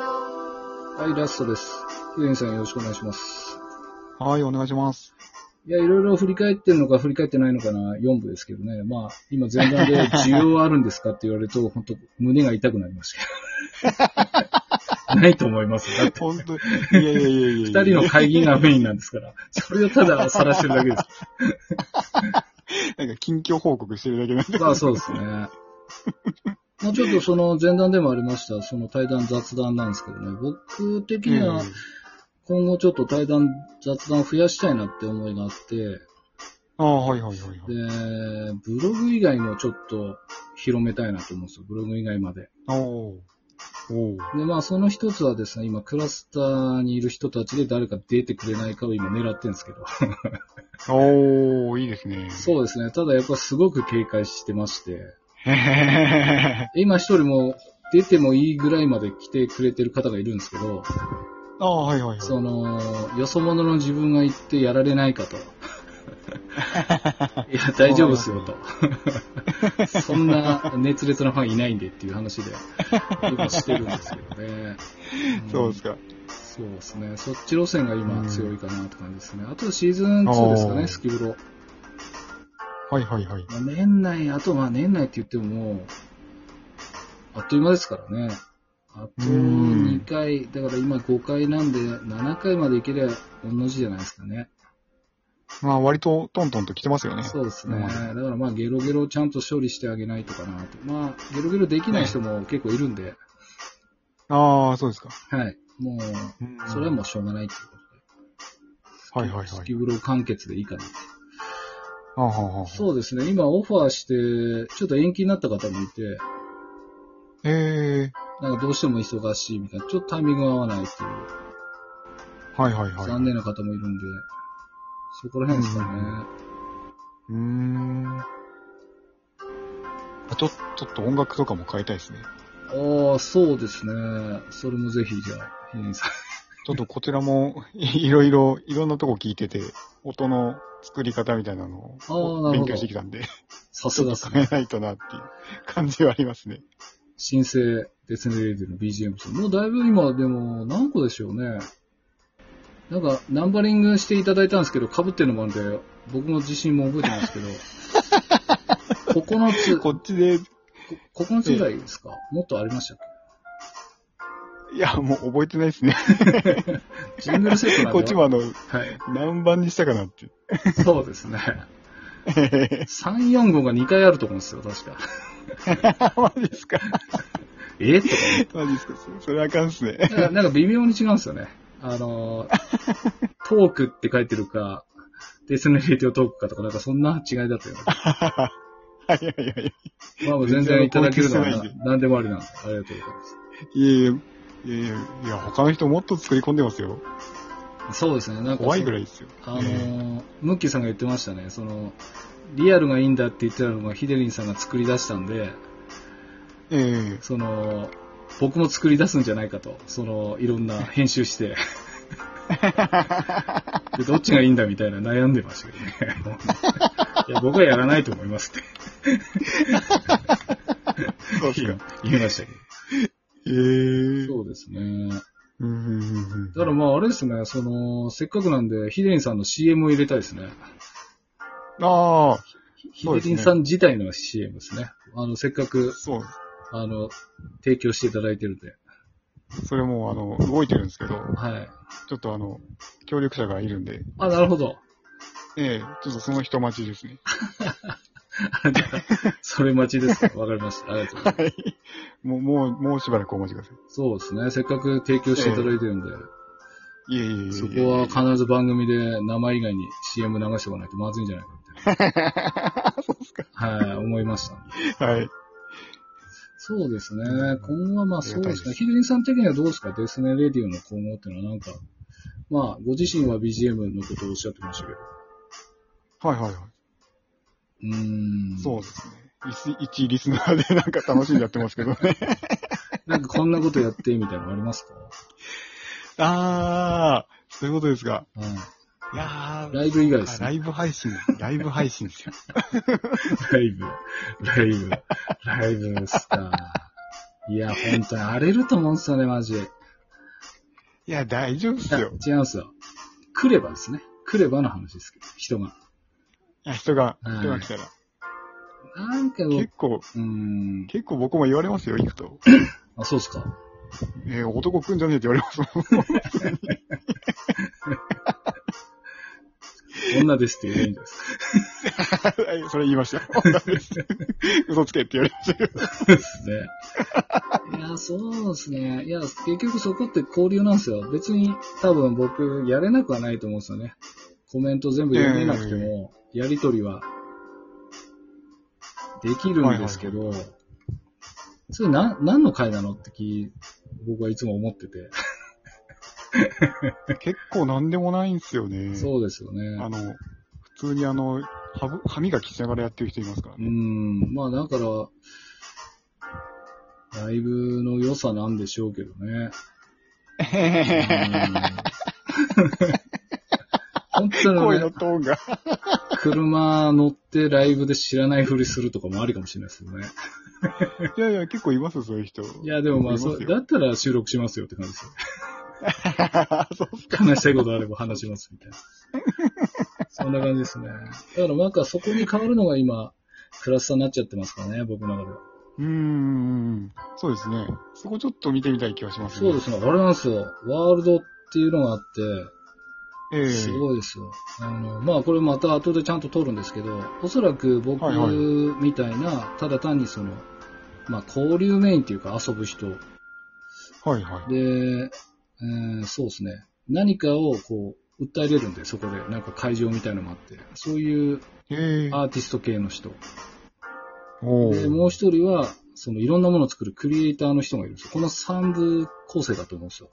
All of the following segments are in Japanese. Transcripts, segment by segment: はい、ラストです。上さんよろしくお願いします。はい、お願いします。いや、いろいろ振り返ってるのか振り返ってないのかな、4部ですけどね。まあ、今前段で需要はあるんですかって言われると、本当胸が痛くなりました。 ないと思います。だって、本当 に。いやいやいやいやいや。二人の会議がメインなんですから。それをただ晒してるだけです。なんか近況報告してるだけなんで。まあそうですね。まあちょっとその前段でもありました、その対談雑談なんですけどね、僕的には今後ちょっと対談雑談を増やしたいなって思いがあって、ああ、はいはいはいはい。で、ブログ以外もちょっと広めたいなと思うんですよ、ブログ以外まで。おおー。おお。で、まあその一つはですね、今クラスターにいる人たちで誰か出てくれないかを今狙ってるんですけど。おおいいですね。 そうですね、ただやっぱすごく警戒してまして、へへへへへ。今一人もう出てもいいぐらいまで来てくれてる方がいるんですけど、ああ、はいはいはい。その、よそ者の自分が言ってやられないか と。いや、大丈夫ですよと。そんな熱烈なファンいないんでっていう話で、今してるんですけどね。ん そうですか。そうですね。そっち路線が今強いかなって感じですね。あとシーズン2ですかおーね、スキブロ。はいはいはい。まあ年内、あとまあ年内って言ってももう、あっという間ですからね。あとうん2回、だから今5回なんで、7回までいけりゃ同じじゃないですかね。まあ割とトントンと来てますよね。そうですね。うんだからまあゲロゲロをちゃんと処理してあげないとかなと。まあゲロゲロできない人も結構いるんで、ああ、そうですか。はい。もう、それはもうしょうがないっていうこうん。はいはいとで、はスい。キブロ完結でいいかな。ああ、はあはあ。そうですね。今オファーして、ちょっと延期になった方もいて、ええなんかどうしても忙しいみたいな、ちょっとタイミングが合わないっていう、ー。はいはいはい。残念な方もいるんで、そこら辺ですかね。うーん。あちょちょっと音楽とかも変えたいですね。ああ、そうですね。それもぜひじゃあ、ヒデ さん。ちょっとこちらもいろいろ、いろんなとこ聞いてて、音の作り方みたいなのあーなをる勉ほど強してきたんで、さちすょがっでとす変えね。ないとなっていう感じはありますね。新生デスネレイディの BGM さん。もうだいぶ今、でも、何個でしょうね。なんか、ナンバリングしていただいたんですけど、被ってるのもあるんで、僕の自信も覚えてないですけ ど、9つ、こっちで、 9つぐらいですかもっとありましたっいや、もう覚えてないですね。けジングルセットなんで。こっちもあの、はい。何番にしたかなって。そうですね。3、4、5が2回あると思うんですよ、確か。マジですかえとか思ってマジですかそそれあかんっすね。なんかなんか微妙に違うんですよね。あの ー、トークって書いてるか、デスネレディオトークかとか、なんかそんな違いだったよね。はいはいはい。まあもう全然いただけるのは全然攻撃してないな何でもありなんで、ありがとうございまいやいや、いやいや、いや他の人もっと作り込んでますよ。す。そうですね、なんか。怖いぐらいですよ。あのー、ムッキーさんが言ってましたね、その、リアルがいいんだって言ってたのがヒデリンさんが作り出したんで、ええその、僕も作り出すんじゃないかと、その、いろんな編集 して。でどっちがいいんだみたいな悩んでましたけどね。 いや僕はやらないと思いますってそうですか。言いましたけええど。そうですね。うんうんうんうだんからまああれですね、その、せっかくなんで、ヒデリンさんの CM を入れたいですね。ああ、ヒデリンさん自体の CM ですね。あの、せっかく、そう。あの、提供していただいてるんで。それも、あの、動いてるんですけど、はい。ちょっとあの、協力者がいるんで、あ、なるほど。ええちょっとその人待ちですね。それ待ちですか。わかりました。ありがとうございます。はい。もう、もう、もうしばらくお待ちくださそうですね。せっかく提供していただいてるんで、い。いえいえいえいえ。そこは必ず番組で名前以外に CM 流しておかないとまずいんじゃないかみ たいな。はい、思いました。はい。そうですね。今後はまあありそがうでたいですすね。ヒデリンさん的にはどうですかデスネレディオの今後っていうのはなんか、まあ、ご自身は BGM のことをおっしゃってましたけど。はいはいはい。うーん。そうですね。一一リスナーでなんか楽しんでやってますけどね。なんかこんなことやってみたいなのありますか ああ、そういうことですか。はい。いやーライブ以外ですねライブ配信、ライブ配信ですよ。ライブ、ライブ、ライブですか。いや、本当に荒れると思うんですよね、マジ。いや、大丈夫っすいやよ。違うんですよ。来ればですね。来ればの話ですけど、人が。いや人が、うん人が来たら。なんかもう結、構、うーん。結構僕も言われますよ、行くと。あ、そうっすか。えー男来んじゃねえって言われますもん。女ですって言えばいいんです。はい それ言いました。女です嘘つけって言われましたけど。です ね。いや、そうですね。いや、結局そこって交流なんですよ。別に多分僕、やれなくはないと思うんですよね。コメント全部読めなくても、やりとりは、できるんですけど、それな、何の回なのって聞い僕はいつも思ってて。結構なんでもないんですよね。そうですよね。あの、普通にあの、歯ぶ歯磨きしながらやってる人いますからう ね。ん、まあだから、ライブの良さなんでしょうけどね。 うん、本当声に、のね、トーンが。車乗ってライブで知らないふりするとかもありかもしれないですよね。いやいや、結構いますよ、そういう人。いや、でもまあ、そいますうよだったら収録しますよって感じですよ。 そうっすか。話したいことあれば話しますみたいな。そんな感じですね。だからなんかそこに変わるのが今、クラスターになっちゃってますからね、僕の中では。うーん。そうですね。そこちょっと見てみたい気がしますそうねで。すね、あれなんですよ。ワールドっていうのがあって、ええすごいですよ。あの、まあこれまた後でちゃんと取るんですけど、おそらく僕はいはいみたいな、ただ単にその、まあ交流メインっていうか遊ぶ人。で、はいはえーそうですね。何かをこう、訴えれるんで、そこで。なんか会場みたいのもあって。そういうい。ええアーティスト系の人。おで、ーもう一人は、そのいろんなものを作るクリエイターの人がいるんですよ。この三部構成だと思うんですよ。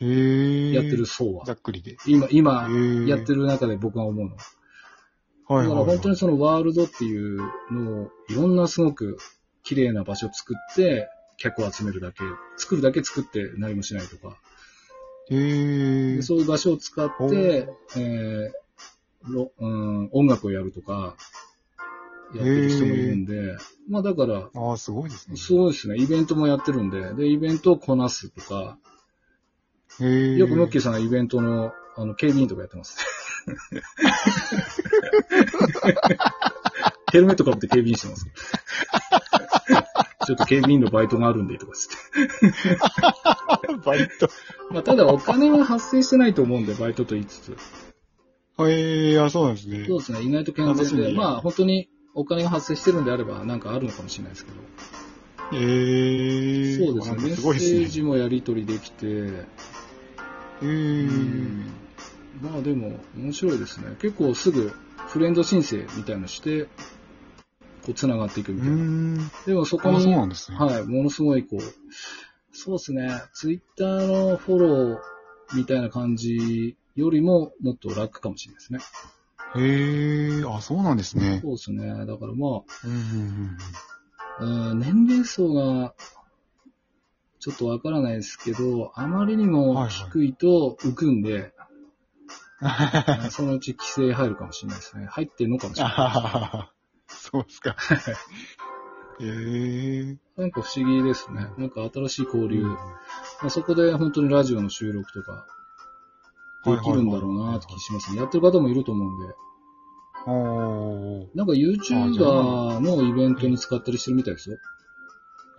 ええやってる。層はざ。っくりで。今、今、ええやってる中で僕が思うのは。はいだはかいらはい。本当にそのワールドっていうのを、いろんなすごく綺麗な場所を作って、客を集めるだけ、作るだけ作って何もしないとか、ええでそういう場所を使っおて、えーろうん、音楽をやるとか、やってる人もいるんで、まあだから、ああ、すごいですね。すごいですね。イベントもやってるんで、で、イベントをこなすとか、ええよくノッキーさんはイベントの、あの、警備員とかやって ます。ヘルメットかぶって警備員してます。ちょっと警備員のバイトがあるんで、とかっつって。 バイト。まあ、ただお金は発生してないと思うんで、バイトと言いつつ。ええあ、そうなんですね。そうですね、意外と健全楽しで。みまあ、本当にお金が発生してるんであれば、なんかあるのかもしれないですけど。ええそうですね、なんメかッすごいセーですね。ジもやり取りできて、ええうんまあでも面白いですね。結構すぐフレンド申請みたいのして、こう繋がっていくみうたいな。ーん。でもそこあ、そうに、なんですね。はい、ものすごいこう、そうですね、ツイッターのフォローみたいな感じよりももっと楽かもしれないですね。へえあ、そうなんですね。そうですね。だからまうんうんあ、うん年齢層がちょっとわからないですけど、あまりにも低いと浮くんで、 うんそのうち規制入るかもしれないですね。入ってんのかもしれあはない。ははそうで すか。ええなんか不思議ですね。なんか新しい交流。まあ、そこで本当にラジオの収録とか、できるんだろうなって気しますね。やってる方もいると思うんで。おーなんか YouTuber のイベントに使ったりしてるみたいですよ。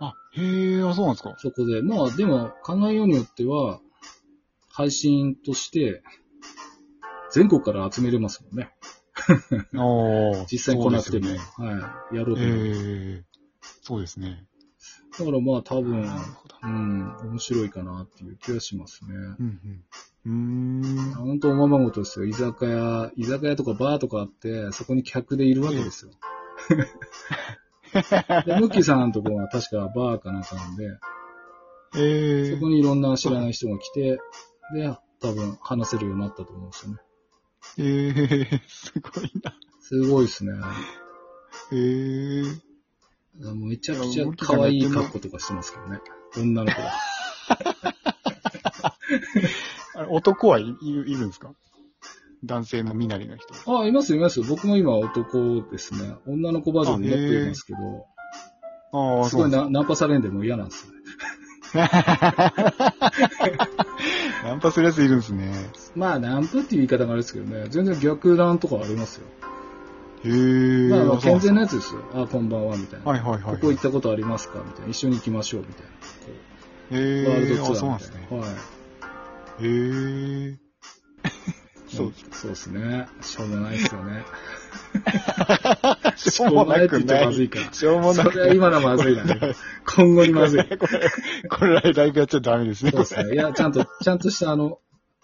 あ、へえあ、そうなんですか。そこで。まあでも考えようによっては、配信として、全国から集めれますもんね。あ あ。実際に来なくても。そうですはい。やろうよとね思う、ええそうですね。だからまあ多分、なるほど。うん、面白いかなっていう気がしますね。うんうん。うーん。本当おままごとですよ。居酒屋、居酒屋とかバーとかあって、そこに客でいるわけです よ。で、ムッキーさんのとこは確かバーかなんかなんで、ええそこにいろんな知らない人が来て、で、多分話せるようになったと思うんですよね。ええすごいな。すごいですね。ええもうめちゃくちゃ可愛い格好とかしてますけどね。女の子が。あれ、男はい、いるいるんですか男性の身なりの人。あ、いますいます。僕も今男ですね。女の子バージョンになっていますけど、ああ、すそごういなんでなナンパされんでもう嫌なんですよね。すナンパするやついるんですね。まあ、ナンパっていう言い方があれですけどね、全然逆乱とかありますよ。へえ。まあまあ、そう健なんです全なやつですよ。あ、こんばんは、みたいな。はいはいはい。ここ行ったことありますかみたいな。一緒に行きましょう、みたいな。へワールえ。ドあ、ツそアうなんーですみねた。いな。はい。へえ。そうです。そうですね。しょうもないですよね。 しょうもなしょくうもないって言っちゃなまずいい。から。しょうもなそくれはない。今のまず いな。今後にまずい。これライブやっちゃダメですね。そうですね。いや、ちゃんと、ちゃんとしたあの、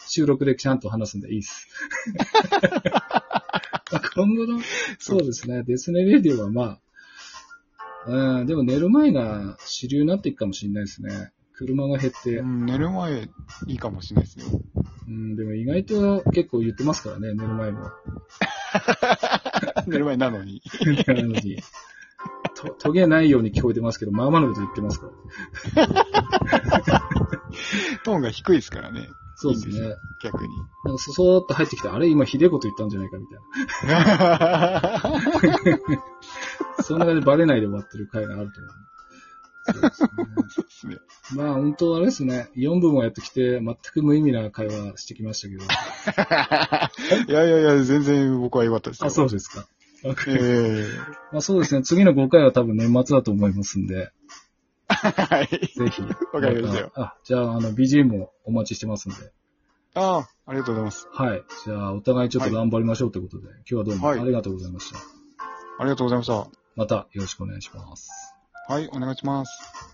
収録でちゃんと話すんでいいっ す。まあ今後の、そうですね。デスネレディオはまあ、うん、でも寝る前が主流になっていくかもしれないですね。車が減って、う、うん寝る前いいかもしれないですよ。ん、でも意外と結構言ってますからね、寝る前 も。寝る前なのに。なのにと、トゲないように聞こえてますけど、まあまあのこと言ってますから。トーンが低いですからね、そうですいいんね。逆に。なんかそそーっと入ってきて、あれ今ひでえこと言ったんじゃないかみたいな。その中でバレないで終わってる回があると思う。そうですね。そうですね。まあ本当あれですね。4部もやってきて、全く無意味な会話してきましたけど。いやいやいや、全然僕は良かったですよ。あ、そうですか。わかえりました まあそうですね。次の5回は多分年末だと思いますんで、えはい。ぜひ。わかりましたよあ、じゃあ、あの、BGM をお待ちしてますんで。ああ、ありがとうございます。はい。じゃあ、お互いちょっと頑張りましょうということで、今日はどうもはいありがとうございました。ありがとうございましまたよろしくお願いします。た。はい、お願いします。